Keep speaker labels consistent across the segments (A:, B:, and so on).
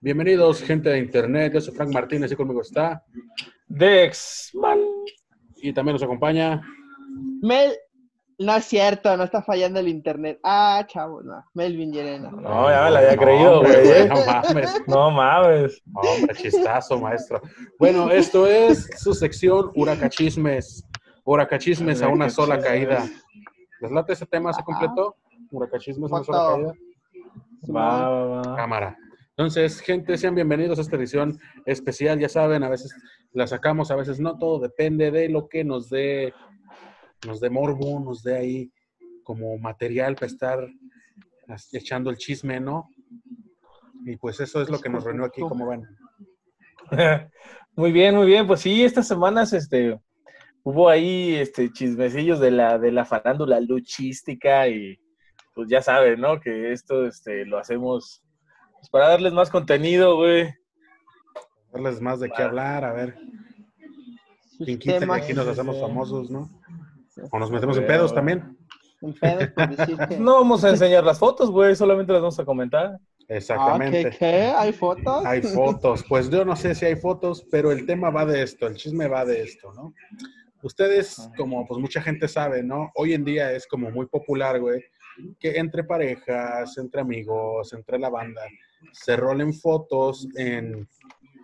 A: Bienvenidos, gente de internet. Yo soy Frank Martínez y conmigo está.
B: Dexman.
A: Y también nos acompaña.
C: Mel, no es cierto, no está fallando el internet. Ah, chavo, no. Melvin Llerena.
B: No, ya me la había creído,
A: hombre,
B: güey. ¿eh?
A: No mames.
B: No mames.
A: No, hombre, chistazo, maestro. Bueno, esto es su sección Huracachismes. Huracachismes a una sola caída. ¿Les late ese tema? ¿Se completó? Huracachismes a una sola caída.
B: Va, va, va.
A: cámara. Entonces, gente, sean bienvenidos a esta edición especial. Ya saben, a veces la sacamos, a veces no, todo depende de lo que nos dé, nos dé morbo, nos dé ahí como material para estar as- echando el chisme, ¿no? Y pues eso es lo que nos reunió aquí, como ven.
B: Muy bien, muy bien. Pues sí, estas semanas este, hubo ahí este, chismecillos de la, de la farándula luchística y pues ya saben, ¿no? Que esto este, lo hacemos pues, para darles más contenido, güey.
A: Darles más de qué hablar, a ver, quién
C: Sus
A: quita que
C: temas
A: aquí nos hacemos famosos, ¿no? O nos metemos en
B: Bueno.
A: pedos también.
C: en pedos por decirte.
B: No vamos a enseñar las fotos, güey, solamente las vamos a comentar.
C: Ah, ¿qué,
A: Exactamente.
C: ¿Qué? ¿Hay fotos?
A: Hay fotos. Pues yo no sé si hay fotos, pero el tema va de esto, el chisme va de esto, ¿no? Ustedes, como pues mucha gente sabe, ¿no? Hoy en día es como muy popular, güey, que entre parejas, entre amigos, entre la banda, se rolen fotos en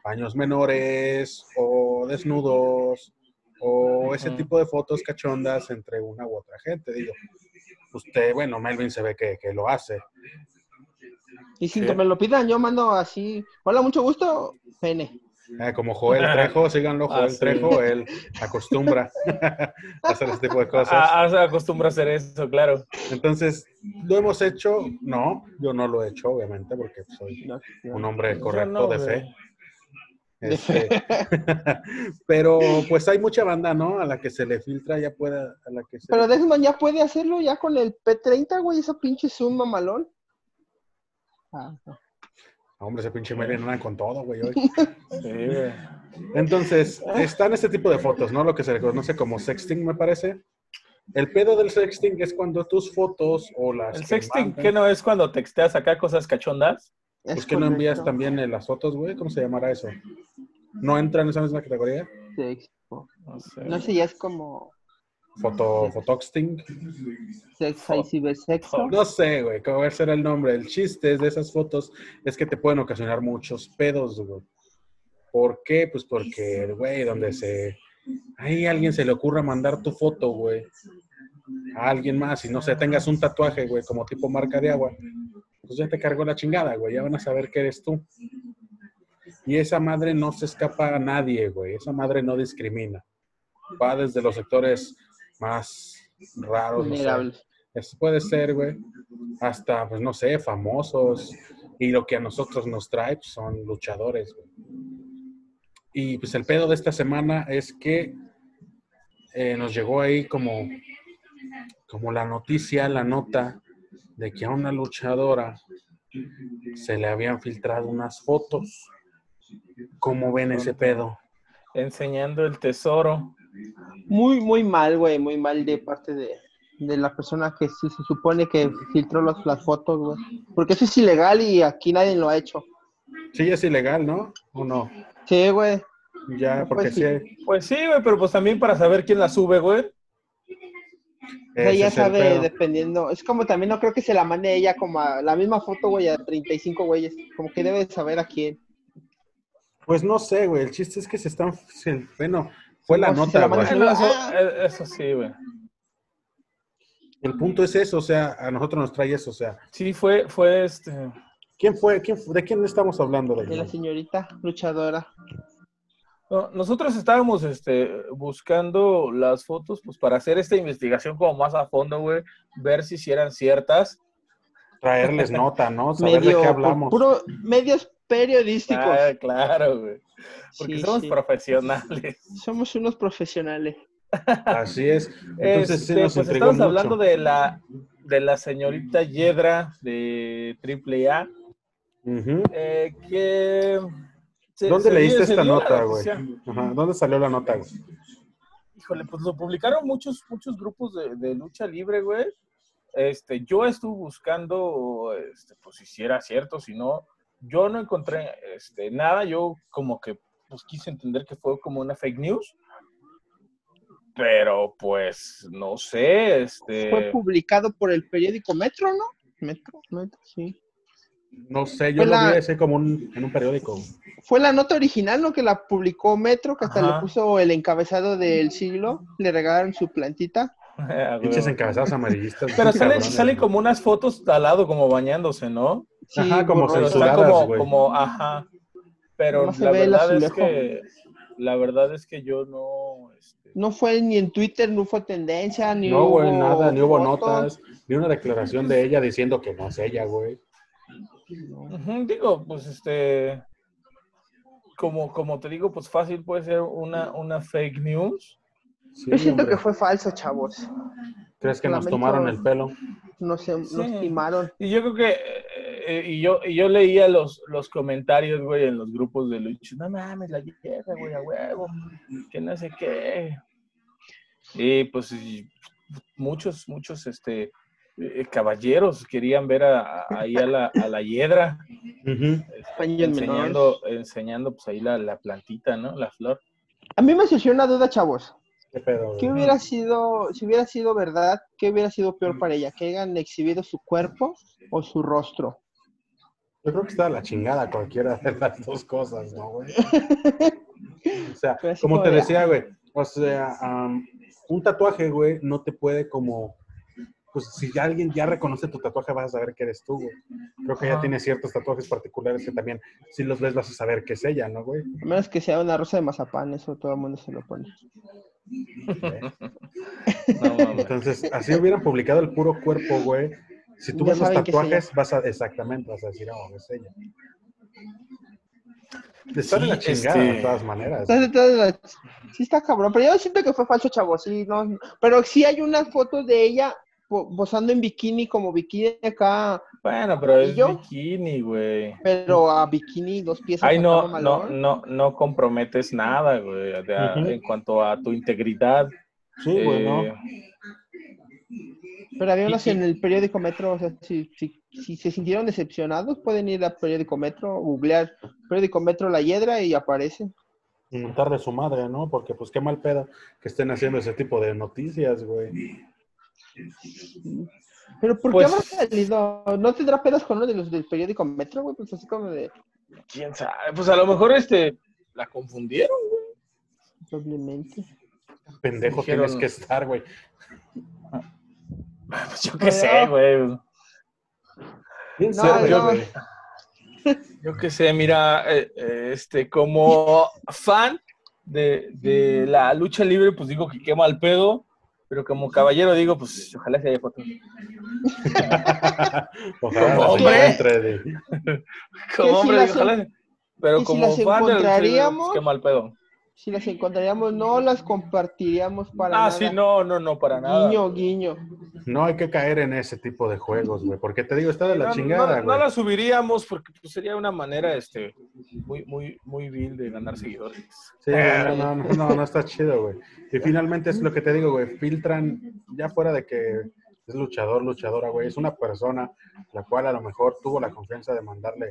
A: baños menores o desnudos o ese
B: Ujú.
A: tipo de fotos cachondas entre una u otra gente. Digo, usted, bueno, Melvin se ve que, que lo hace.
C: Y sin
B: ¿Qué?
C: que me lo pidan, yo mando así. Hola, mucho gusto, pene.
A: Ah, como Joel Trejo, síganlo, Joel
B: Ah, sí.
A: Trejo, él acostumbra a hacer este tipo de cosas.
B: Ah, ah, se acostumbra a hacer eso, claro.
A: Entonces, ¿lo hemos hecho? No, yo no lo he hecho, obviamente, porque soy
C: No, no.
A: un hombre
B: Yo
A: correcto
B: no,
A: de
B: güey.
A: fe. Este, pero pues hay mucha banda, ¿no? A la que se le filtra, ya pueda, a la que se
C: Pero Desmond ya puede hacerlo ya con el P30, güey, esa pinche Zoom mamalón. Ah, no.
A: No, Hombre, ese pinche Melvin anda con todo, güey. hoy.
B: Sí, güey.
A: Entonces, están este tipo de fotos, ¿no? Lo que se le conoce como sexting, me parece. El pedo del sexting es cuando tus fotos o las
B: El
A: que
B: sexting,
A: mandan-
B: ¿qué no es cuando texteas acá cosas cachondas?
C: Es
A: ¿Por qué no envías
C: correcto.
A: también eh, las fotos, güey? ¿Cómo se llamará eso? ¿No entra en esa misma categoría?
C: Sexo.
B: No sé.
C: No sé, ya es como
A: Foto, fotoxting.
C: sexo y cibersexo.
A: No sé, güey, ¿cómo será el nombre? El chiste es de esas fotos es que te pueden ocasionar muchos pedos, güey. ¿Por qué? Pues porque, güey, donde se... Ahí a alguien se le ocurra mandar tu foto, güey. A alguien más y no sé, tengas un tatuaje, güey, como tipo marca de agua. Pues ya te cargó la chingada, güey. Ya van a saber que eres tú. Y esa madre no se escapa a nadie, güey. Esa madre no discrimina. Va desde los sectores más raros. no sé,
C: vulnerable.
A: eso puede ser, güey. Hasta, pues no sé, famosos. Y lo que a nosotros nos trae pues, son luchadores, güey. Y pues el pedo de esta semana es que eh, nos llegó ahí como, como la noticia, la nota de que a una luchadora se le habían filtrado unas fotos. ¿Cómo ven ese pedo?
B: Enseñando el tesoro.
C: Muy, muy mal, güey, muy mal de parte de, de la persona que sí se supone que filtró los- las fotos, güey. Porque eso es ilegal y aquí nadie lo ha hecho.
A: Sí, es ilegal, ¿no? ¿O no?
C: Sí, güey.
A: Ya,
C: No,
A: porque
C: pues,
A: sí.
C: sí.
B: Pues sí, güey, pero pues también para saber quién la sube, güey.
C: O sea,
A: ese
C: ya
A: es el
C: sabe,
A: pedo.
C: dependiendo. Es como también no creo que se la mande ella como a la misma foto, güey, a 35 güeyes. Como que debe de saber a quién.
A: Pues no sé, güey. El chiste es que se están. se- bueno, fue la
C: No, si se
A: nota,
C: la
A: güey.
C: mandas-
B: Bueno, eso, eh, eso sí, güey.
A: El punto es eso, o sea, a nosotros nos trae eso, o sea.
B: Sí, fue, fue este.
A: ¿Quién fue? ¿Quién, fu- ¿De quién estamos hablando?
C: De la
A: Desmond?
C: señorita luchadora.
B: no, nosotros estábamos este, buscando las fotos pues para hacer esta investigación como más a fondo, güey, ver si sí eran ciertas.
A: Traerles nota, ¿no? Saber
C: Medio,
A: de qué
C: por
A: hablamos.
C: puro, medios periodísticos.
B: Ah, claro, güey. Porque
C: Sí,
B: somos
C: sí.
B: profesionales.
C: Somos unos profesionales.
A: Así es. Entonces sí
B: Este,
A: nos
B: pues
A: intrigó
B: estamos
A: mucho.
B: hablando de la de la señorita Yedra de Triple A
A: Ujú.
B: eh, que se-
A: ¿Dónde
B: se
A: leíste
B: dio- se
A: esta
B: dio la
A: nota, güey?
B: noticia.
A: Ajá, ¿Dónde salió la nota, güey?
B: Híjole, pues lo publicaron muchos muchos grupos de, de lucha libre, güey. Este, yo estuve buscando, este, pues si sí era cierto, si no, yo no encontré este, nada, yo como que pues, quise entender que fue como una fake news, pero pues no sé, este...
C: Fue publicado por el periódico Metro, ¿no? Metro, Metro, sí.
A: No sé, yo
C: Fue
A: lo
C: la-
A: vi así como un- en un periódico.
C: Fue la nota original, ¿no? Que la publicó Metro, que hasta
B: Ajá.
C: le puso el encabezado del siglo, le regalaron su plantita.
B: a
A: Pinches
B: huevo.
A: encabezados amarillistas.
B: Pero
A: pinches
B: salen,
A: cabrones,
B: salen
A: güey.
B: como unas fotos al lado, como bañándose, ¿no?
C: Sí,
A: Ajá, como
B: Pero
C: borroso.
B: está
A: Censuradas,
B: como,
A: güey.
B: como, ajá. Pero
C: No se
B: la
C: ve el
B: verdad es
C: azulejo.
B: que, la verdad es que yo no, este,
C: No fue ni en Twitter, no fue tendencia, ni
A: No, güey,
C: hubo
A: nada, ni hubo
C: fotos.
A: notas, ni una declaración de ella diciendo que no es ella, güey.
B: Ujú, Digo, pues este, como, como te digo, pues fácil puede ser una, una fake news.
A: Sí,
C: Yo siento
A: hombre.
C: que fue falso, chavos.
A: ¿Crees que nos
C: lamento-
A: tomaron el pelo?
C: Nos, em, nos
B: Sí.
C: timaron.
B: Y yo creo que, eh, y, yo, y yo leía los, los comentarios, güey, en los grupos de lucha. No mames, la guerra, güey, a huevo. Que no sé qué. Y pues y muchos, muchos, este, eh, caballeros querían ver a, a- ahí a la, a la hiedra.
A: Ujú.
C: Paño menor.
B: Enseñando, enseñando, pues ahí la, la plantita, ¿no? La flor.
C: A mí me surgió una duda, chavos.
A: ¿Qué pedo, güey?
C: ¿Qué hubiera sido, si hubiera sido verdad, qué hubiera sido
B: Mm.
C: peor para ella? ¿Que hayan exhibido su cuerpo o su rostro?
A: Yo creo que está de la chingada cualquiera de las dos cosas, ¿no, güey? O sea,
C: Pero así
A: como
C: como
A: te
C: de- ah.
A: decía, güey, o sea, am, un tatuaje, güey, no te puede como... Pues si ya alguien ya reconoce tu tatuaje, vas a saber que eres tú, güey. Creo que ella
B: Ajá.
A: tiene ciertos tatuajes particulares que también, si los ves, vas a saber que es ella, ¿no, güey?
C: A menos que sea una rosa de mazapán, eso todo el mundo se lo pone.
B: No mames.
A: Entonces, así hubieran publicado el puro cuerpo, güey. Si tú
C: Ya
A: ves los
C: saben que es
A: tatuajes, vas a, exactamente, vas a decir, oh, es ella. Está de
B: Sí,
A: la chingada,
B: este-
A: de todas maneras.
C: Entonces, entonces, sí está cabrón, pero yo siento que fue falso, chavos. Sí, no, pero sí hay unas fotos de ella po- posando en bikini, como bikini acá,
B: Bueno, pero
C: ¿Y
B: es
C: yo?
B: bikini, güey.
C: pero a bikini, dos piezas.
B: Ay, no,
C: acá,
B: no,
C: mamalón.
B: no, no comprometes nada, güey, o sea,
A: Ujú.
B: en cuanto a tu integridad.
A: Sí, güey,
B: eh,
A: ¿no?
C: Pero había unas
B: y-
C: en el periódico Metro, o sea, si, si, si se sintieron decepcionados, pueden ir al periódico Metro, googlear periódico Metro La Hiedra y aparece.
A: Inventar de su madre, ¿no? Porque, pues, qué mal pedo que estén haciendo ese tipo de noticias, güey.
C: Pero ¿por
B: Pues-
C: qué habrá salido? ¿No tendrá pedos con uno de los del periódico Metro, güey? Pues así como de...
B: ¿Quién sabe? Pues a lo mejor este la confundieron.
C: Probablemente.
A: Pendejo
B: Dijeron-
A: tienes que estar, güey.
B: Pues yo qué sé, güey.
A: Bien
C: No,
A: ser,
B: yo-
A: güey.
B: Yo qué sé, mira, eh, eh, este, como fan de, de la lucha libre, pues digo que quema el pedo, pero como caballero digo, pues ojalá se haya fotos.
A: Ojalá la
B: Como
A: señora
B: hombre.
A: entre de-
B: Como
C: si
B: hombre,
C: las
B: digo, ojalá. Pero
C: que si
B: como
C: las
B: fan de la lucha libre, pues
C: encontraríamos?
B: quema el pedo.
C: Si las encontraríamos, no las compartiríamos para
B: ah,
C: nada.
B: sí, no, no, no, para nada.
C: Guiño, guiño.
A: No hay que caer en ese tipo de juegos, güey. Porque te digo, está de la
B: no,
A: chingada,
B: no- no
A: güey.
B: la subiríamos porque pues, sería una manera este, muy, muy, muy vil de ganar seguidores.
A: Sí, güey, no, no, no, no, no está chido, güey. Y finalmente es lo que te digo, güey, filtran, ya fuera de que es luchador, luchadora, güey, es una persona la cual a lo mejor tuvo la confianza de mandarle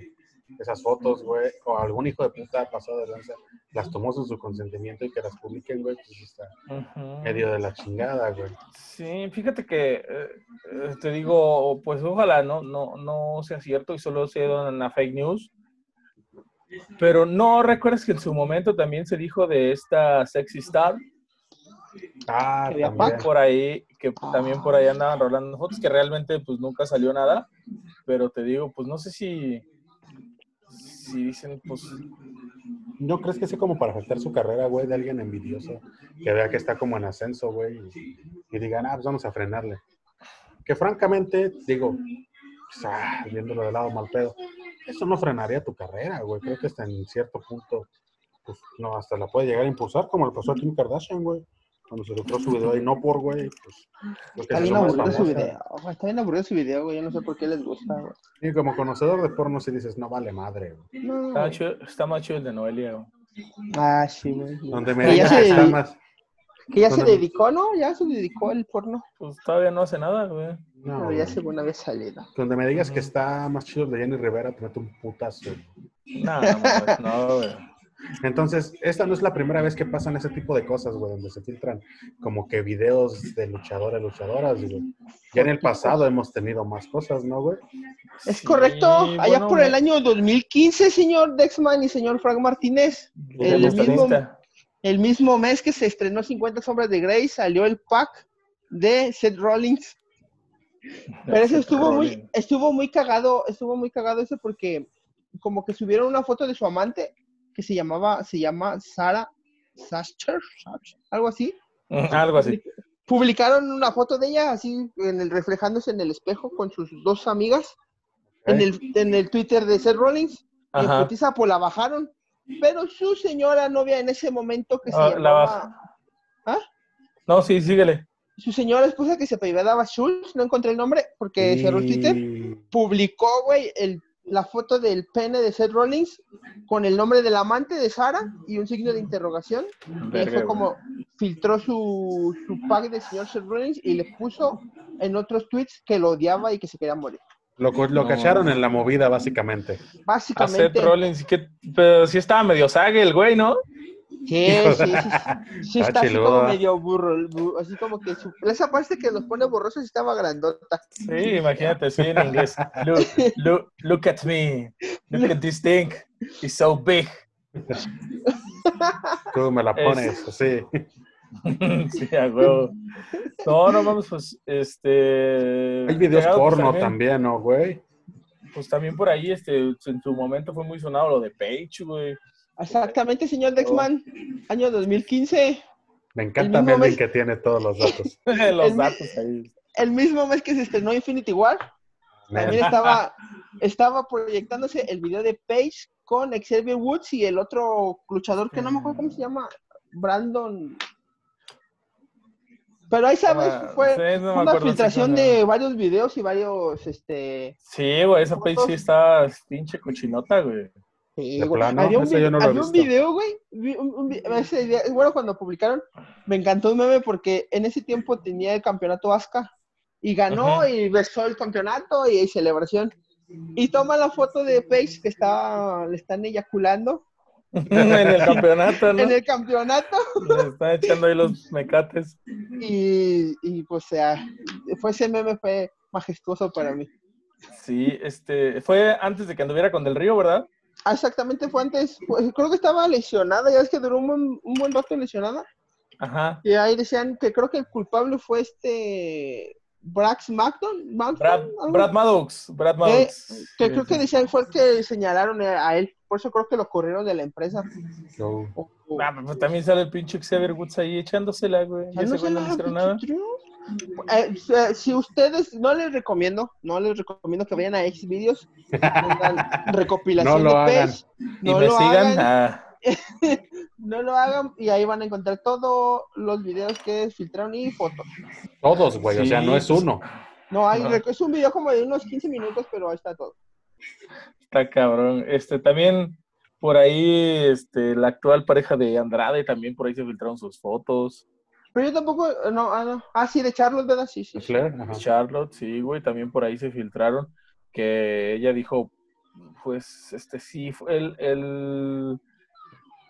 A: esas fotos, güey, o algún hijo de puta pasado de lanza, las tomó sin su consentimiento y que las publiquen, güey, pues está
B: Ujú.
A: medio de la chingada, güey.
B: Sí, fíjate que eh, eh, te digo, pues ojalá no, no, no sea cierto y solo sea una fake news. Pero no recuerdas que en su momento también se dijo de esta sexy star
A: Ah,
C: Que de
A: también.
C: Pac.
B: por ahí, que también por ahí andaban rolando fotos, que realmente pues nunca salió nada, pero te digo, pues no sé si, si dicen, pues
A: ¿No crees que sea como para afectar su carrera, güey, de alguien envidioso? Que vea que está como en ascenso, güey, y, y digan, ah, pues vamos a frenarle. Que francamente, digo, pues, ah, viéndolo de lado mal pedo, eso no frenaría tu carrera, güey. Creo que hasta en cierto punto, pues no, hasta la puede llegar a impulsar, como le pasó a Kim Kardashian, güey. Cuando se lucró su video y no por, güey, pues. creo que
C: Está
A: se
C: bien
A: hizo más
C: aburrido su
A: famosa.
C: video. güey, Está bien aburrido su video, güey. Yo no sé por qué les gusta, güey.
A: Y como conocedor de porno, si dices, no vale madre, güey.
C: No,
B: "Ah, está,
C: güey.
B: macho está más chido el de Noelia. güey.
C: Ah, sí, güey.
A: Donde me
C: Que ya
A: digas que
C: se-
A: está más.
C: Que ya se dedicó, ¿no? Ya se dedicó al porno.
B: Pues todavía no hace nada, güey.
A: No,
C: Pero
A: güey.
C: ya según había salido.
A: Cuando me digas que está más chido el de Jenny Rivera, te meto un putazo.
B: No, güey, no, güey.
A: Entonces, esta no es la primera vez que pasan ese tipo de cosas, güey, donde se filtran como que videos de luchadores, luchadoras, güey. Ya en el pasado hemos tenido más cosas, ¿no, güey?
C: Es
B: Sí,
C: correcto. Allá
B: bueno,
C: por el año 2015, señor Dexman y señor Frank Martínez, el
B: ya está
C: mismo-
B: lista.
C: el mismo mes que se estrenó 50 Sombras de Grey, salió el pack de Seth Rollins Pero ese estuvo muy, estuvo muy cagado, estuvo muy cagado ese porque como que subieron una foto de su amante que se llamaba, se llama Sara Sacher, Sacher, algo así.
B: Algo así.
C: Publicaron una foto de ella así en el, reflejándose en el espejo con sus dos amigas en
A: ¿Eh?
C: el, en el Twitter de Seth Rollins y en
B: Ajá.
C: putiza, pues la bajaron. Pero su señora novia en ese momento que se
B: Ah, la
C: llamaba,
B: baja.
C: ¿Ah?
B: No, sí, síguele.
C: su señora esposa que se apellidaba Schultz, no encontré el nombre porque cerró el Twitter.
A: Y-
C: publicó, güey, el- la foto del pene de Seth Rollins con el nombre del amante de Sara y un signo de interrogación. Y ahí
B: Verga,
C: fue como filtró su, su pack de señor Seth Rollins y le puso en otros tweets que lo odiaba y que se quería morir.
A: Lo, co- lo
B: No.
A: cacharon en la movida, básicamente.
B: A Seth
C: Básicamente.
B: Rollins, ¿y qué? pero sí estaba medio sague el güey, ¿no?
C: Sí,
A: Hijo
C: sí, sí,
A: de-
C: sí, sí
A: Ah,
C: está así
A: chiludo,
C: como
A: ¿eh?
C: medio burro, el bu- así como que su, esa parte que los pone borrosos estaba grandota.
B: Sí, imagínate, sí, en inglés. Look, look, look at me. Look at this thing. It's so big.
A: Tú me la
B: Es-
A: pones, así.
B: sí, a huevo. No, no vamos, pues, este.
A: Hay videos
B: cagado, pues,
A: porno también, ¿no, güey?
B: Pues también por ahí, este, en su momento fue muy sonado lo de Page, güey.
C: Exactamente, señor Dexman, año 2015.
A: Me
C: El
A: encanta
C: mismo
A: Melvin
C: mes-
A: que tiene todos los datos.
B: Los
C: El-
B: datos ahí.
C: El mismo mes que se estrenó Infinity War, También
A: Nel.
C: estaba, estaba proyectándose el video de Page con Xavier Woods y el otro luchador que no me acuerdo cómo se llama, Brandon. Pero ahí sabes,
B: Ah,
C: fue
B: sí, no me
C: una
B: acuerdo, sí,
C: filtración
B: cuando-
C: de varios videos y varios, este...
B: Sí, güey, esa Page sí está pinche cochinota, güey.
C: sí,
A: ¿De
C: güey.
A: plano?
C: Había un,
A: Ese
C: vi-
A: yo no lo he
C: había un
A: visto.
C: video, güey. vi- un- un vi- ese día- bueno, cuando publicaron, me encantó un meme porque en ese tiempo tenía el campeonato Vasca y ganó
B: Ajá.
C: y besó el campeonato y, hay celebración. Y toma la foto de Paige que está, le están eyaculando
B: en el campeonato, ¿no?
C: en el campeonato
B: Le están echando ahí los mecates.
C: y, y pues, o sea, fue ese meme fue majestuoso para mí.
B: Sí, este, fue antes de que anduviera con Del Río, ¿verdad?
C: Ah, exactamente, fue antes, pues, creo que estaba lesionada, ya es que duró un buen- un buen rato lesionada.
B: Ajá.
C: Y ahí decían que creo que el culpable fue este Brax Macdon,
B: Brad, Brad Maddox, Brad Maddox.
C: que creo que decían fue el que señalaron a a él, por eso creo que lo corrieron de la empresa.
A: No.
C: O- o-
B: Ah, pero también sale el pinche Xavier Woods ahí echándosela, güey. Ya
C: Ya Ah, no
B: ese
C: sé
B: güey no le
C: nada,
B: hicieron
C: pinche
B: nada.
C: trío. Eh, si- eh, si ustedes, no les recomiendo, no les recomiendo que vayan a Xvideos, pongan recopilación
A: No lo
C: de
A: hagan.
C: pez, no lo
B: Investigan.
C: hagan,
B: Ah,
C: no lo hagan y ahí van a encontrar todos los videos que filtraron y fotos.
A: Todos, güey, o sea,
B: Sí,
A: no es
B: pues-
A: uno.
C: No hay,
B: No.
C: rec- es un video como de unos 15 minutos, pero ahí está todo.
B: está cabrón. Este, también por ahí, este, la actual pareja de Andrade, también por ahí se filtraron sus fotos.
C: Pero yo tampoco, eh, no, ah, no. Ah, sí, de Charlotte, ¿verdad? Sí, sí. sí.
A: Flair, ajá.
B: Charlotte, sí, güey, también por ahí se filtraron. Que ella dijo, pues, este, sí, fue el, el-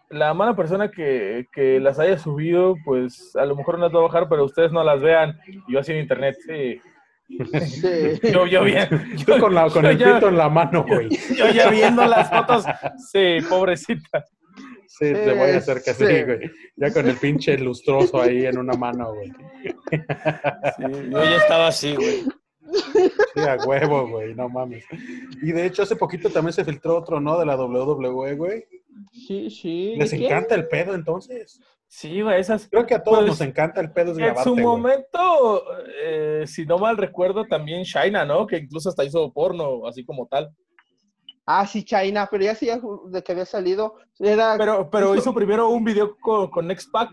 B: la mala persona que, que las haya subido, pues, a lo mejor no las va a bajar, pero ustedes no las vean. Y Yo así en internet, sí.
C: Sí.
B: Yo, yo bien.
A: Tú con, la- con
B: yo
A: el
B: ya-
A: pito en la mano, güey.
B: Yo ya viendo las fotos, sí, pobrecita.
A: Sí, te voy a
C: Sí,
A: hacer que sí,
C: sí.
A: güey. Ya con el pinche lustroso ahí en una mano, güey.
B: Sí, yo ya estaba así, güey.
A: Sí, a huevo, güey, no mames. Y de hecho, hace poquito también se filtró otro, ¿no? De la WWE, güey.
C: Sí, sí.
A: Les
C: ¿de quién?
A: encanta el pedo, entonces.
B: Sí, güey, esas.
A: Creo que a todos
B: Pues,
A: nos encanta el pedo es
B: En
A: grabarte,
B: su
A: güey.
B: momento, eh, si no mal recuerdo, también Shaina, ¿no? Que incluso hasta hizo porno, así como tal.
C: Ah, sí, China, pero ya sí, ya de que había salido. Era,
B: Pero, pero hizo primero un video con, con X-Pac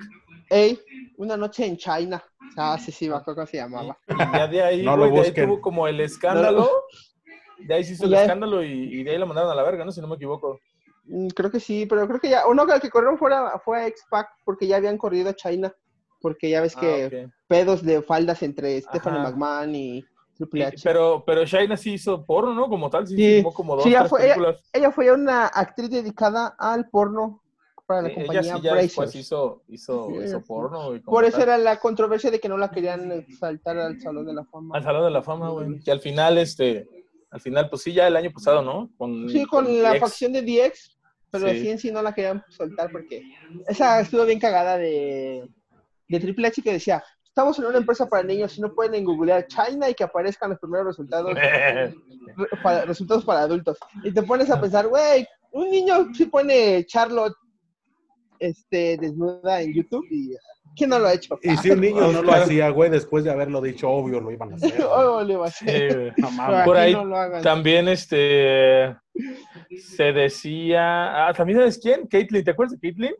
C: hey, una noche en China. Ah, sí, sí, me acuerdo cómo se llamaba.
B: y ya de ahí,
A: No lo
B: güey, de ahí
A: busquen.
B: tuvo como el escándalo. De ahí se hizo el
C: Ya.
B: escándalo y, y de ahí la mandaron a la verga, ¿no? Si no me equivoco.
C: Mm, Creo que sí, pero creo que ya, uno que- al que corrieron fuera, fue a X-Pac, porque ya habían corrido a China. porque ya ves que
B: Ah, ok.
C: pedos de faldas entre Stephanie
B: Ajá. Eh,
C: McMahon y Triple H.
B: Pero, pero Shaina sí hizo porno, ¿no? Como tal, sí,
C: Sí.
B: filmó como dos
C: Sí, ya
B: tres
C: fue-
B: películas.
C: Ella fue una actriz dedicada al porno para la
B: Eh,
C: compañía
B: ella sí ya
C: Brazzers.
B: después hizo, hizo,
C: Sí,
B: hizo
C: sí.
B: porno. güey, como
C: Por eso
B: tal.
C: era la controversia de que no la querían saltar al Salón de la Fama.
B: Al Salón de la Fama, güey. Que al final, este, al final, pues sí, ya el año pasado, ¿no? Con,
C: Sí, con la
B: ex.
C: facción de DX, pero
B: Sí.
C: sí en sí no la querían soltar porque esa estuvo bien cagada de, de Triple H que decía, estamos en una empresa para niños y no pueden googlear China y que aparezcan los primeros resultados,
B: Eh.
C: re- para, resultados para adultos. Y te pones a
B: Ah.
C: pensar, güey, un niño sí pone Charlotte este, desnuda en YouTube y ¿quién no lo ha hecho?
A: Y si un niño no lo
B: Claro.
A: hacía, güey, después de haberlo dicho, obvio lo iban a hacer. güey.
C: Oh, le va a hacer.
B: Sí, güey.
A: No
C: Pero
A: mames.
C: aquí
B: Eh, Por ahí
C: no lo hagan.
B: También, este, se decía, ah, también sabes quién, Caitlyn, ¿te acuerdas de Caitlyn?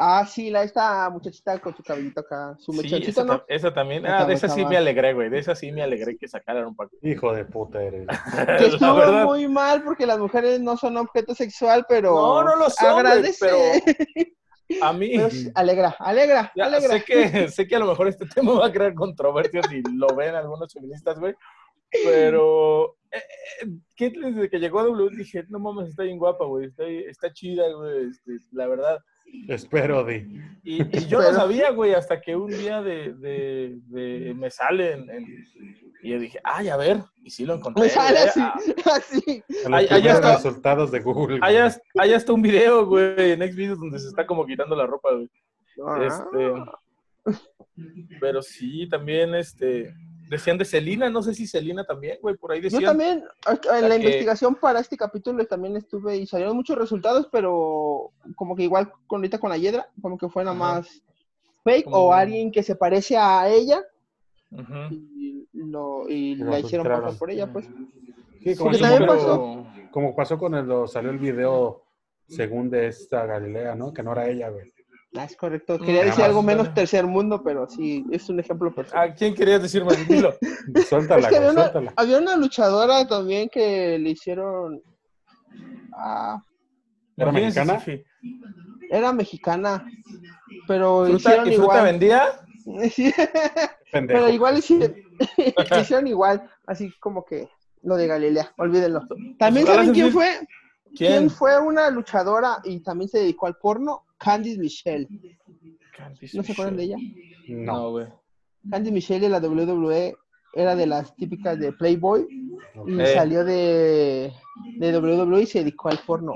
C: Ah, sí, la esta muchachita con su cabellito acá, su
B: Sí,
C: mechoncito,
B: esa,
C: ¿no?
B: ta- esa también,
C: Acá
B: ah, de esa sí
C: estaba.
B: me alegré, güey, de esa sí me alegré que sacaran un paquete.
A: Hijo de puta eres.
C: Que estuvo muy mal porque las mujeres no son objeto sexual, pero.
B: No, no lo son, güey,
C: agradece.
B: pero- a mí,
C: Pero sí, alegra, alegra,
B: Ya,
C: alegra.
B: sé que, sé que a lo mejor este tema va a crear controversias y lo ven algunos feministas, güey. Pero eh, eh, Caitlyn, desde que llegó a W dije, no mames, está bien guapa, güey. Está, está chida, güey. este, la verdad.
A: Espero, Di.
B: Y, y yo lo
C: Pero-
B: sabía, güey, hasta que un día de, de- de- me sale en- en- y yo dije, ay, a ver, y sí lo encontré.
C: Me sale
B: güey,
C: así,
B: ah,
C: así.
A: A los
B: Ahí- ahí
A: primeros
B: está.
A: resultados de Google.
B: Hay
A: güey.
B: hasta, hay hasta un video, güey, en Xvideos donde se está como quitando la ropa, güey.
C: Ah.
B: Este, pero sí, también, este, decían de Celina, no sé si Celina también, güey, por ahí
C: Yo
B: decían.
C: también, ah, en
B: que-
C: la investigación para este capítulo también estuve y salieron muchos resultados, pero como que igual con ahorita con la hiedra, como que fue nada
B: Ajá.
C: más fake
B: Como-
C: o alguien que se parece a ella
B: Ujú.
C: y, lo, y
A: Lo
C: la hicieron
A: filtraron.
C: pasar por ella, pues.
A: Sí, como, como-
C: Porque también
A: pero-
C: pasó.
A: como pasó cuando salió el video, según de esta Galilea, ¿no? Que no era ella, güey.
C: Ah, es correcto.
B: Nada
C: Quería decir
B: más,
C: algo menos
B: bueno.
C: tercer mundo, pero sí, es un ejemplo perfecto.
B: ¿A Ah, quién querías decir, Martín? Dilo.
A: Suéltala,
C: Es que había
A: güey,
C: una,
A: suéltala.
C: había una luchadora también que le hicieron. ah,
A: ¿Era
B: Imagínense
A: mexicana?
B: si-
C: era mexicana, pero le
B: ¿Fruta,
C: hicieron
B: ¿Y fruta
C: igual.
B: vendía?
C: Sí,
A: Pendejo.
C: pero igual le hicieron, le hicieron igual, así como que lo de Galilea, olvídenlo. También
B: Ojalá
C: saben
B: se
C: quién
B: fue-
C: fue, quién
B: ¿Quién?
C: fue una luchadora y también se dedicó al porno, Candice Michelle. ¿No se acuerdan de ella?
A: No.
B: No, güey.
C: Candice Michelle de la WWE era de las típicas de Playboy y
B: Ok.
C: salió de, de WWE y se dedicó al porno.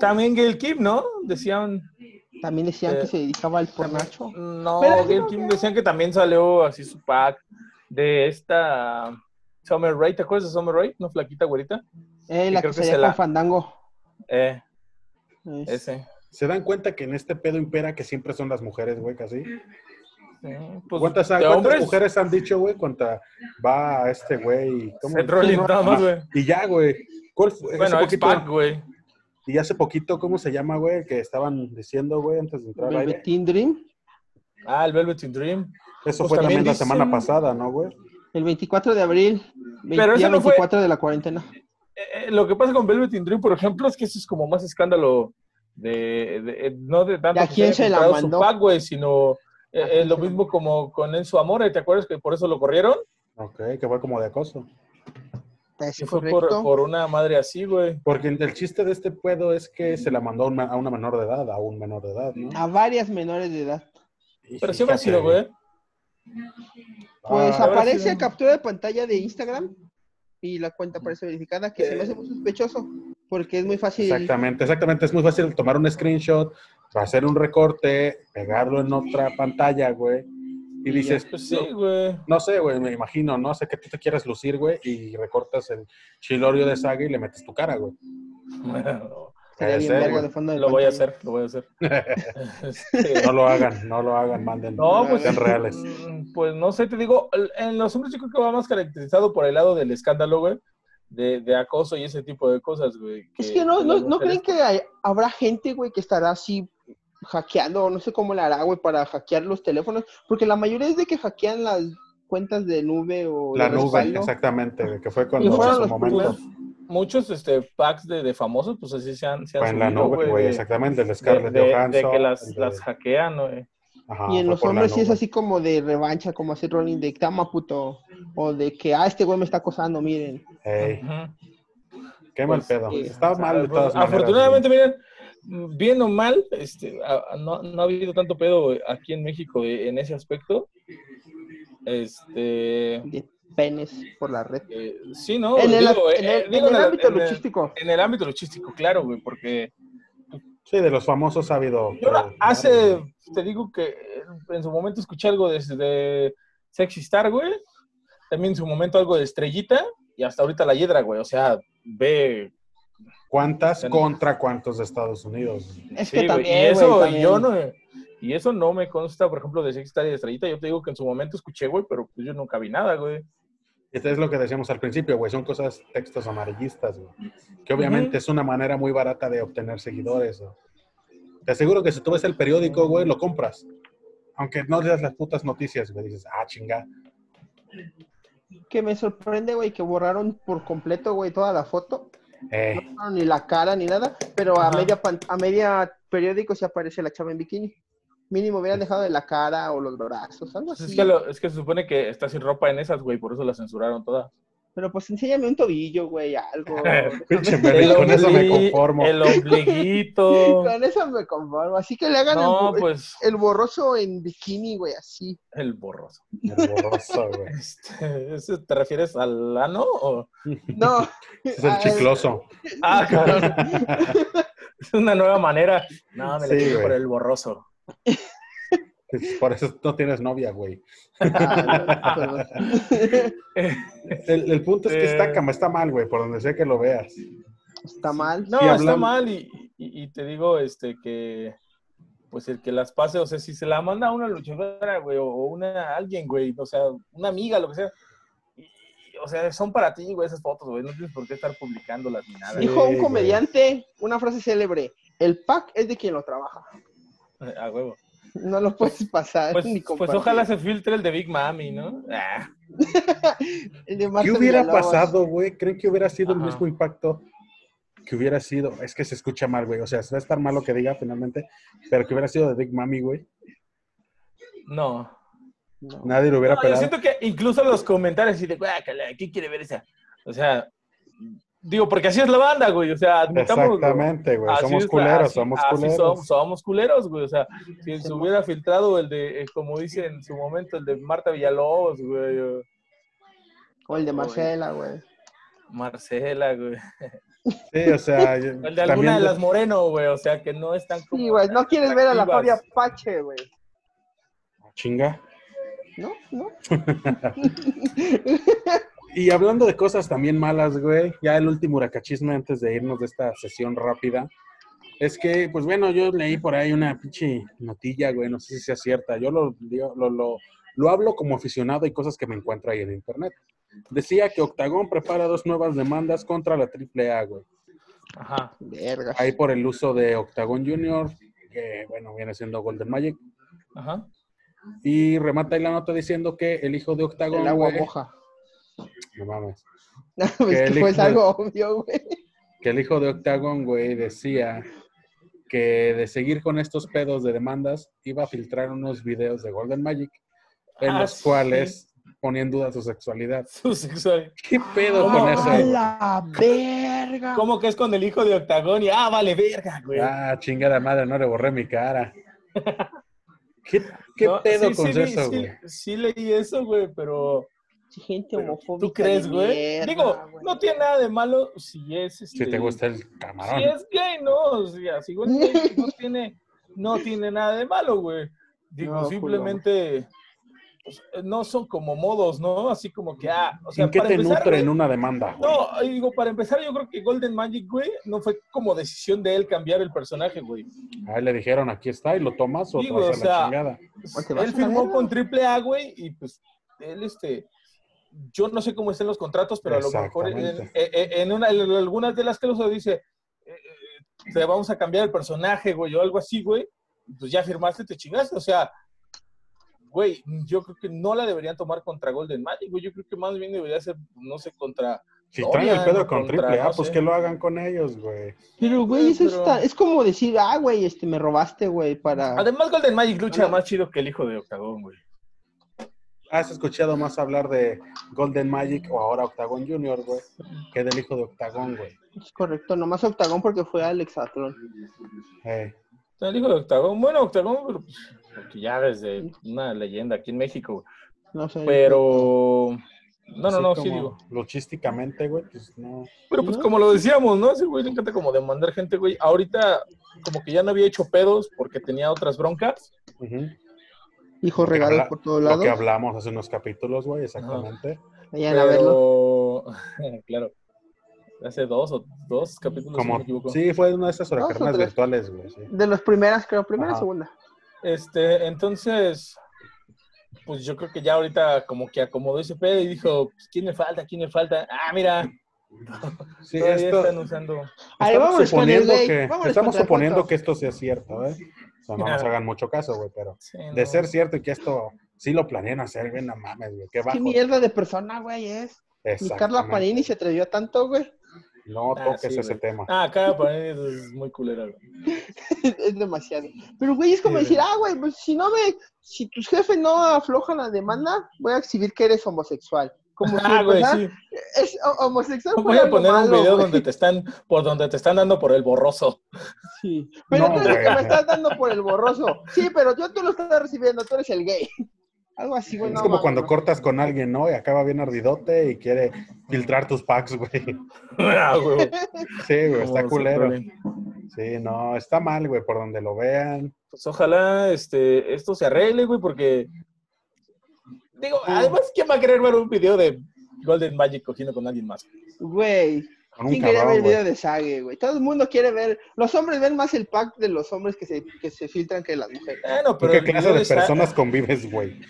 B: También Gail Kim, ¿no? Decían.
C: También decían
B: Eh,
C: que se dedicaba al pornacho.
B: No,
C: Pero es
B: Gail
C: como
B: Kim
C: que-
B: decían que también salió así su pack de esta um, Summer Rae. ¿Te acuerdas de Summer Rae? ¿No flaquita, güerita?
C: Eh,
B: y
C: la
B: creo
C: que
B: que
C: salía
B: se
C: con
B: la-
C: Fandango.
B: Eh,
C: Es-
B: ese.
A: ¿Se dan cuenta que en este pedo impera que siempre son las mujeres, güey, casi?
B: Eh, pues,
A: ¿Cuántas,
B: de
A: cuántas
B: hombres,
A: mujeres han dicho, güey, cuánta va a este güey? ¿Cómo?
B: Seth Rollins nada más, güey.
A: Y ya, güey. ¿Cuál fue?
B: Bueno,
A: hace
B: X-Pac,
A: poquito,
B: güey.
A: y hace poquito, ¿cómo se llama, güey? Que estaban diciendo, güey, antes de entrar al aire.
C: Velveteen Dream.
B: Ah, el Velvet Dream.
A: Eso
B: Pues
A: fue también,
B: también
A: la
B: dicen-
A: semana pasada, ¿no, güey?
C: El 24 de abril.
B: Pero
C: Pero
B: ese no fue-
C: 24 de la cuarentena.
B: Eh, eh, lo que pasa con Velvet Dream, por ejemplo, es que eso es como más escándalo de, de- eh, no de tanto
C: ¿Y a
B: que
C: quién
B: haya
C: se la
B: filtrado su
C: mandó?
B: pack, güey, sino eh,
C: ¿A quién
B: eh, lo
C: se la
B: mismo como con Enzo Amore, ¿te acuerdas que por eso lo corrieron?
A: Ok, que fue como de acoso.
C: Es
B: Y fue por,
C: correcto.
B: por una madre así, güey.
A: Porque el chiste de este pedo es que se la mandó a una, a una menor de edad, a un menor de edad, ¿no?
C: A varias menores de edad.
A: Y
B: Ah, Pero siempre ha
A: fíjate,
B: sido, ¿eh? güey.
C: Pues
A: Ah,
B: ahora sí, Mm.
C: aparece
B: ¿no?
C: captura de pantalla de Instagram y la cuenta aparece verificada, que se me hace muy sospechoso porque es muy fácil.
A: Exactamente, exactamente. Es muy fácil tomar un screenshot, hacer un recorte, pegarlo en otra pantalla, güey. Y dices,
B: Pues sí, güey.
A: no sé, güey, me imagino, no sé que tú te quieras lucir, güey, y recortas el chilorio de saga y le metes tu cara, güey.
C: Sería
A: Puede
C: bien
A: ser,
C: verga
A: güey.
C: de fondo de
B: Lo voy a
C: pantalla.
B: hacer, lo voy a hacer. Este,
A: No lo hagan, no lo hagan, manden.
B: No, pues.
A: Sean reales.
B: mm, Pues no sé, te digo, el- en los hombres yo creo que va más caracterizado por el lado del escándalo, güey, de, de acoso y ese tipo de cosas, güey.
C: Es que no, no,
B: las
C: no
B: mujeres-
C: creen que hay- habrá gente, güey, que estará así hackeando, no sé cómo le hará, güey, para hackear los teléfonos, porque la mayoría es de que hackean las cuentas de nube o
A: La
C: de
A: nube,
C: respaldo.
A: exactamente, güey, que fue
C: Y
A: cuando
C: fueron
A: en su
C: los
A: momento.
C: primeros.
B: Muchos este, packs de, de famosos, pues así se han, se han
A: Fue en la
B: subido,
A: nube,
B: güey,
A: güey,
B: de-
A: exactamente, el de
B: de,
A: Scarlett
B: de- de
A: Johansson.
B: que las,
A: el de-
B: las hackean, güey.
A: Ajá,
C: y en
A: fue
C: los
A: por la
C: hombres sí es
A: nube.
C: así como de revancha, como hacer rolling de cama puto. O de que, ah, este güey me está acosando, miren.
A: Ey,
B: Ujú.
A: qué mal
B: Pues,
A: pedo.
C: sí. pues,
A: Está mal de todas maneras.
B: Afortunadamente, miren, bien o mal, este, a- a- no, no ha habido tanto pedo aquí en México eh, en ese aspecto. Este,
C: De penes por la red.
B: eh, sí, ¿no?
C: en, el,
B: Digo, eh,
C: en el-
B: digo,
C: en el ámbito
B: en el-
C: luchístico.
B: En el ámbito luchístico, claro, güey, porque
A: Sí, de los famosos ha habido.
B: yo la-
A: pero-
B: hace, te digo que eh, en su momento escuché algo desde Sexy Star, güey, también en su momento algo de Estrellita, y hasta ahorita la Hiedra, güey, o sea, ve
A: ¿Cuántas contra cuántos de Estados Unidos?
C: Es
B: Sí,
C: que
B: güey,
C: también,
B: y eso
C: güey, también.
B: yo no y eso no me consta, por ejemplo, de Six Star y de Estrellita. Yo te digo que en su momento escuché, güey, pero pues yo nunca vi nada, güey.
A: Este es lo que decíamos al principio, güey. Son cosas, textos amarillistas, güey. Que obviamente
B: Ujú.
A: es una manera muy barata de obtener seguidores. güey. Te aseguro que si tú ves el periódico, güey, lo compras. Aunque no leas las putas noticias, güey. Dices, ah, chinga.
C: Que me sorprende, güey, que borraron por completo, güey, toda la foto.
A: Eh,
C: No borraron ni la cara ni nada, pero a
B: Ajá.
C: media, pan- a media periódico se aparece la chava en bikini. Mínimo hubieran dejado de la cara o los brazos, algo
B: Pues
C: así.
B: es, que lo- es que se supone que está sin ropa en esas, güey, por eso la censuraron toda.
C: Pero pues enséñame un tobillo, güey, algo.
A: pinche Merlin, con eso me conformo.
B: El ombliguito.
C: Con eso me conformo. Así que le hagan
B: no,
C: el, bo-
B: pues
C: el borroso en bikini, güey, así.
B: el borroso.
A: Borroso, güey.
B: Este, ¿ese ¿Te refieres al ano? o?
C: No.
A: Ese Es el
C: Ah,
A: chicloso.
B: Ah, cabrón. Es una nueva manera. No, me
A: Sí,
B: la quiero
A: güey.
B: por el borroso.
A: Es- Por eso no tienes novia, güey.
C: ah, no, perdón.
A: El, el punto es que está
B: Eh.
A: cama, está mal, güey, por donde sea que lo veas.
C: Está mal.
B: No,
A: Sí,
B: está
A: hablando-
B: mal y, y- y te digo este que pues el que las pase, o sea, si se la manda a una luchadora, güey, o o una alguien, güey, o sea, una amiga, lo que sea. y- y, o sea, son para ti, güey, esas fotos, güey, no tienes por qué estar publicándolas ni nada.
A: Sí.
C: Dijo un
A: güey.
C: comediante una frase célebre. El pack es de quien lo trabaja.
B: güey, A huevo.
C: No lo puedes pasar
B: Pues,
C: ni
B: pues
C: compartir.
B: ojalá se filtre el de Big Mami, ¿no? Ah,
C: El de
A: ¿Qué
C: Marta
A: hubiera
C: Villalobos.
A: pasado, güey? ¿Creen que hubiera sido el
B: Ajá.
A: mismo impacto que hubiera sido? Es que se escucha mal, güey. O sea, va a estar mal lo que diga finalmente, pero que hubiera sido de Big Mami, güey.
B: no.
A: Ah,
C: No.
A: Nadie lo hubiera
B: No, yo
A: pelado.
B: siento que incluso los comentarios y de, guácala, ¿qué quiere ver esa? O sea, digo, porque así es la banda, güey, o sea, admitámoslo.
A: Exactamente, güey.
B: Así
A: Somos
B: es,
A: culeros,
B: así-
A: somos
B: así
A: culeros.
B: Somos, somos culeros, güey. O sea, si se hubiera filtrado el de, eh, como dice en su momento, el de Marta Villalobos, güey. o
C: O el de Marcela, güey.
B: Marcela, güey.
A: Sí, o sea, yo-
B: El de
A: también
B: alguna de
A: de-
B: las Moreno, güey. O sea, que no están como...
C: Sí, güey. No quieres ver a la Fabia
B: atractivas.
C: Pache, güey.
A: Chinga.
C: ¿No? ¿No?
A: Y hablando de cosas también malas, güey, ya el último huracachisme antes de irnos de esta sesión rápida, es que, pues bueno, yo leí por ahí una pinche notilla, güey, no sé si sea cierta, yo lo, yo lo, lo, lo hablo como aficionado y cosas que me encuentro ahí en internet. Decía que Octagón prepara dos nuevas demandas contra la AAA, güey,
B: Ajá.
C: Verga.
A: ahí por el uso de Octagón Junior, que bueno, viene siendo Golden Magic,
B: Ajá.
A: y remata ahí la nota diciendo que el hijo de Octagón,
C: El agua
A: güey,
C: moja.
A: no mames,
C: es
A: Que
C: que
A: el
C: pues
A: hijo-
C: algo obvio, güey.
A: que el hijo de Octagon, güey, decía que de seguir con estos pedos de demandas iba a filtrar unos videos de Golden Magic en
B: Ah,
A: los
B: sí.
A: cuales ponía en duda su sexualidad.
B: Su sexual.
A: ¿Qué pedo
B: ¿Cómo?
A: con eso?
C: ¡A
A: güey?
C: la verga!
B: ¿Cómo que es con el hijo de Octagón? Y, ah, vale, verga, güey.
A: Ah, chingada madre, no le borré mi cara. ¿Qué, qué
B: No,
A: pedo
B: sí,
A: con
B: sí,
A: eso,
B: sí,
A: güey?
B: Sí, sí leí eso, güey, pero...
C: Gente
B: pero
C: homofóbica.
B: ¿Tú crees,
C: de
B: güey?
C: mierda,
B: Digo,
C: güey.
B: no tiene nada de malo si es...
A: Si te
B: este,
A: gusta el
B: Si
A: camarón.
B: es gay, no, o sea, si güey, es gay, no tiene, no tiene nada de malo, güey. Digo,
C: No,
B: simplemente pues, no son como modos, ¿no? Así como que, ah, o sea,
A: ¿En qué
B: para
A: te
B: empezar,
A: nutre en
B: güey,
A: una demanda, güey?
B: no, y digo, para empezar, yo creo que Golden Magic, güey, no fue como decisión de él cambiar el personaje, güey.
A: Ahí le dijeron, aquí está, y lo tomas o
B: Sí,
A: te
B: güey,
A: vas
B: o
A: a la
B: sea,
A: chingada.
B: Pues,
C: O te vas
B: él
C: a la
B: firmó
C: verga.
B: con triple A, güey, y pues él, este, yo no sé cómo estén los contratos, pero a lo mejor en,
A: Exactamente.
B: en- en una- en algunas de las que lo dice, eh, eh, te vamos a cambiar el personaje, güey, o algo así, güey, y pues ya firmaste, te chingaste, o sea, güey, yo creo que no la deberían tomar contra Golden Magic, güey, yo creo que más bien debería ser, no sé, contra
A: Si traen el
B: Dorian
A: Pedro con
B: contra,
A: triple A,
B: no
A: pues
B: sé.
A: que lo hagan con ellos, güey.
C: Pero, güey, eso
B: pero-
C: está- es como decir, ah, güey, este, me robaste, güey, para...
B: Además, Golden Magic lucha
C: Hola.
B: más chido que el hijo de Octagón, güey.
A: ¿Has escuchado más hablar de Golden Magic o ahora Octagon Junior, güey? Que del hijo de Octagon, güey.
C: Es correcto, nomás Octagón porque fue al Hexatlón.
A: Eh,
B: O sea, El hijo de Octagón, bueno, Octagón, pero, pues, porque ya desde una leyenda aquí en México, güey.
C: No sé.
B: pero... No, no,
A: así
B: no,
A: como
B: sí digo.
A: Luchísticamente, güey, pues no.
B: Pero pues como lo decíamos, ¿no? Ese güey le encanta como demandar gente, güey. Ahorita como que ya no había hecho pedos porque tenía otras broncas.
A: Ujú.
C: Hijo regalos
A: habla-
C: por todos
A: Lo
C: lados.
A: que hablamos hace unos capítulos, güey,
B: Ah,
A: exactamente.
C: Vayan a verlo.
B: Pero... claro. Hace dos o dos capítulos, si no me
A: Como,
B: equivoco.
A: sí, fue una de esas
C: o
A: huracanas
C: tres.
A: virtuales, güey. sí.
C: De las primeras, creo, primera
A: Ajá.
C: segunda.
B: Este, entonces, pues yo creo que ya ahorita como que acomodó ese pedo y dijo, pues, ¿quién me falta? ¿Quién me falta? Ah, mira,
A: Sí,
B: todavía
A: esto-
B: están usando.
C: A ver,
A: estamos
C: vámonos con el
A: suponiendo,
C: güey,
A: que,
C: vámonos
A: estamos
C: con el
A: suponiendo
C: Jotos.
A: que esto sea cierto, ¿eh? O sea, no nos hagan mucho caso, güey, pero
B: Sí,
A: de
B: no.
A: ser cierto y que esto sí lo planean hacer, güey, no mames, güey, qué bajo.
C: ¿Qué mierda de persona, güey, es? Ni Carla
A: Exactamente.
C: Panini se atrevió a tanto, güey.
A: No
B: Ah,
A: toques
B: sí,
A: ese
B: güey.
A: tema.
B: Ah, cara, para mí eso es muy culera. güey.
C: es demasiado. Pero, güey, es como
A: Sí,
C: decir,
A: güey.
C: ah, güey, pues si no me, si tus jefes no aflojan la demanda, voy a exhibir que eres homosexual. Como si
B: Ah, güey,
C: empezara-
B: sí.
C: es ho- homosexual.
B: Voy
C: fuera
B: a
C: algo
B: poner un
C: malo,
B: video
C: güey.
B: donde te están, por donde te están dando por el borroso.
C: Sí. Pero
A: No,
C: tú eres el que
A: güey.
C: me estás dando por el borroso. Sí, pero yo tú lo estás recibiendo, tú eres el gay. Algo así, güey.
A: es
C: no
A: como
C: mames,
A: cuando
C: no.
A: cortas con alguien, ¿no? Y acaba bien ardidote y quiere filtrar tus packs, güey.
B: Ah, güey.
A: Sí, güey, está
B: Como
A: culero.
B: siempre, güey.
A: Sí, no, está mal, güey, por donde lo vean.
B: Pues ojalá este, esto se arregle, güey, porque. Digo, además, ¿quién va a querer ver un video de Golden Magic cogiendo con alguien más?
C: Güey,
A: Con un
C: ¿quién quiere ver
A: cabrón,
C: el video
A: güey.
C: de Sage, güey? Todo el mundo quiere ver. Los hombres ven más el pack de los hombres que se, que se filtran que las mujeres.
B: Bueno,
A: ¿Tú
B: pero
A: qué
B: el
A: clase
B: video
A: de
B: de Sa-
A: personas convives, güey?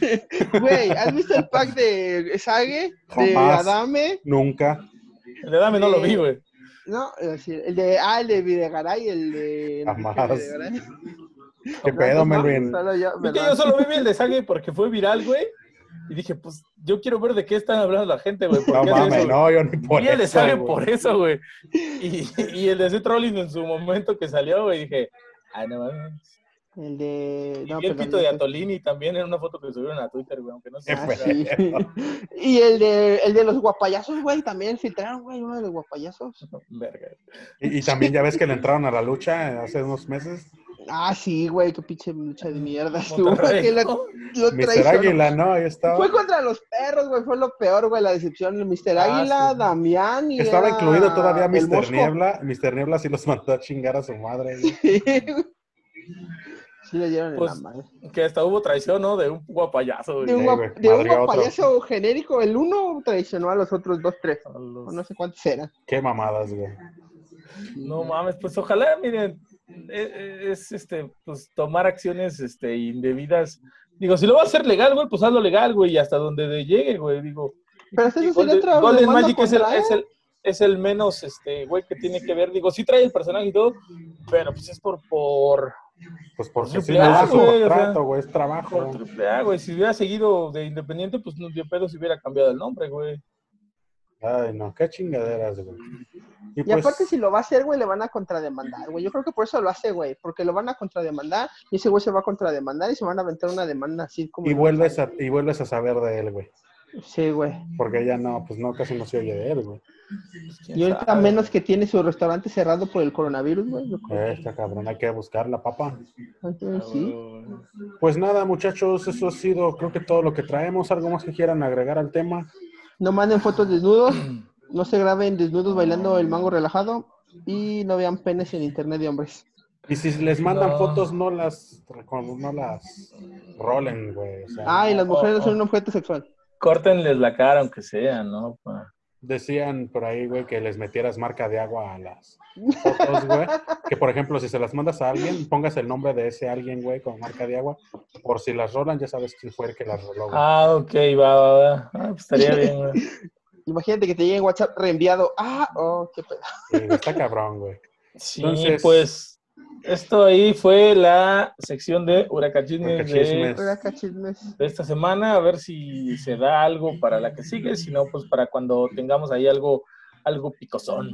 C: Güey, ¿has visto el pack de Sage? De
A: Jamás.
C: Adame.
A: Nunca.
B: El de Dame no lo vi, güey.
C: No, es decir, el de. Ah, el de Videgaray, el de.
A: Jamás.
C: Videgaray.
A: ¿Qué pedo, Melvin?
C: Solo yo,
B: Es que
C: ¿verdad?
B: yo solo vi el de Sage porque fue viral, güey. Y dije, pues yo quiero ver de qué están hablando la gente, güey. ¿por
A: No
B: qué hace
A: mames,
B: eso?
A: no, yo ni por
B: Y el de
A: eso,
B: Sage
A: güey.
B: por eso, güey. Y, y el de Seth Rollins en su momento que salió, güey, dije, ah, no mames.
C: El de. No, pues,
B: y el
C: perdón,
B: pito de
C: no sé.
B: Atolini también en una foto que subieron a Twitter, güey, aunque no sé.
A: F.
C: Ah, sí. Y el de, el de los guapayazos, güey, también filtraron, güey, uno de los guapayazos.
B: Verga.
A: Y, y también ya ves que le entraron a la lucha hace unos meses.
C: Ah, sí, güey, qué pinche lucha de mierda. estuvo,
B: Monterrey,
C: que
B: ¿no?
C: lo, lo
A: Mr.
C: traicionó.
A: Águila, ¿no? Ahí estaba.
C: Fue contra los perros, güey, fue lo peor, güey, la decepción. El Mr.
B: Ah,
C: Águila,
B: sí.
C: Damián y.
A: Estaba
C: era
A: incluido todavía
C: el
A: Mr.
C: Mosco.
A: Niebla. Mr. Niebla sí los mandó a chingar a su madre. güey.
C: Sí, güey. Sí, le dieron en
B: Pues,
C: la madre.
B: Que hasta hubo traición, ¿no? De un guapayazo, güey.
C: De un,
A: Sí,
C: guap-
A: güey,
C: de un
A: madre a otro.
C: guapayazo genérico, el uno traicionó a los otros dos, tres.
B: A los-
C: o No sé cuántos eran.
A: Qué mamadas, güey.
B: No mames, pues ojalá, miren, e- e- es este, pues tomar acciones este, indebidas. Digo, si lo va a hacer legal, güey, pues hazlo legal, güey, y hasta donde de- llegue, güey, digo.
C: Pero este es
B: Golden,
C: el otro.
B: Golden
C: lo manda
B: Magic es el,
C: contra él.
B: es, el, es el menos, este, güey, que tiene que ver. Digo, sí trae el personaje y todo, pero pues es por, por,
A: Pues porque
B: Pues
A: sí le
B: sí,
A: hizo
B: claro,
A: su
B: güey, o sea.
A: contrato, güey. Es
B: por
A: trabajo.
B: triple A, güey. Si hubiera seguido de Independiente, pues no dio pedo si hubiera cambiado el nombre, güey.
A: Ay, no, qué chingaderas, güey. Y, pues,
C: Y aparte, si lo va a hacer, güey, le van a contrademandar, güey. Yo creo que por eso lo hace, güey, porque lo van a contrademandar y ese güey se va a contrademandar y se van a aventar una demanda así como.
A: y vuelves a, y vuelves a saber de él, güey.
C: Sí, güey.
A: Porque ya no, pues no, casi no se oye de él, güey.
B: Pues, quién
C: Y ahorita
B: sabe.
C: menos que tiene su restaurante cerrado por el coronavirus, güey. yo creo.
A: Esta Eh, cabrón, hay que buscar la papa.
B: Ah,
C: Entonces, Sí.
B: güey.
A: Pues nada, muchachos, eso ha sido, creo que todo lo que traemos. ¿Algo más que quieran agregar al tema?
C: No manden fotos desnudos, no se graben desnudos bailando el mango relajado y no vean penes en internet de hombres.
A: Y si les mandan
B: No.
A: fotos, no las, no las rolen, güey. O sea,
C: Ah, y las mujeres
B: Oh,
C: no son
B: oh.
C: un objeto sexual.
B: Córtenles la cara, aunque sea, ¿no? Pa?
A: decían por ahí, güey, que les metieras marca de agua a las fotos, güey. Que, por ejemplo, si se las mandas a alguien, pongas el nombre de ese alguien, güey, con marca de agua. Por si las rolan, ya sabes quién fue el que las roló, güey.
B: Ah, ok, va, va, va. Ah, pues estaría bien, güey.
C: Imagínate que te llegue en WhatsApp reenviado. Ah, oh, qué pedo.
A: Sí, güey, está cabrón, güey.
B: Sí,
A: Entonces-
B: pues esto ahí fue la sección de Huracachismes de,
A: Huracachismes.
C: Era cachismes.
B: de esta semana. A ver si se da algo para la que sigue, si no, pues para cuando tengamos ahí algo algo picosón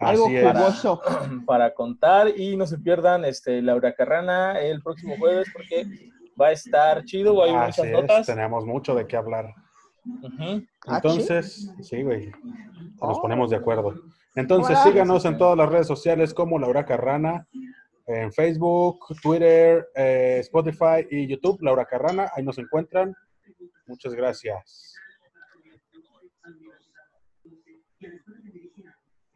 C: Algo
A: Así es.
C: jugoso.
B: para contar. Y no se pierdan este, Laura Carrana el próximo jueves porque va a estar chido, hay
A: Así
B: muchas
A: es,
B: notas.
A: tenemos mucho de qué hablar.
B: Ujú.
C: Ah, ¿sí?
A: Entonces, sí, güey, nos
C: Oh.
A: ponemos de acuerdo. Entonces,
C: Hola.
A: síganos en todas las redes sociales como Laura Carrana, en Facebook, Twitter, eh, Spotify y YouTube, Laura Carrana, ahí nos encuentran. Muchas gracias.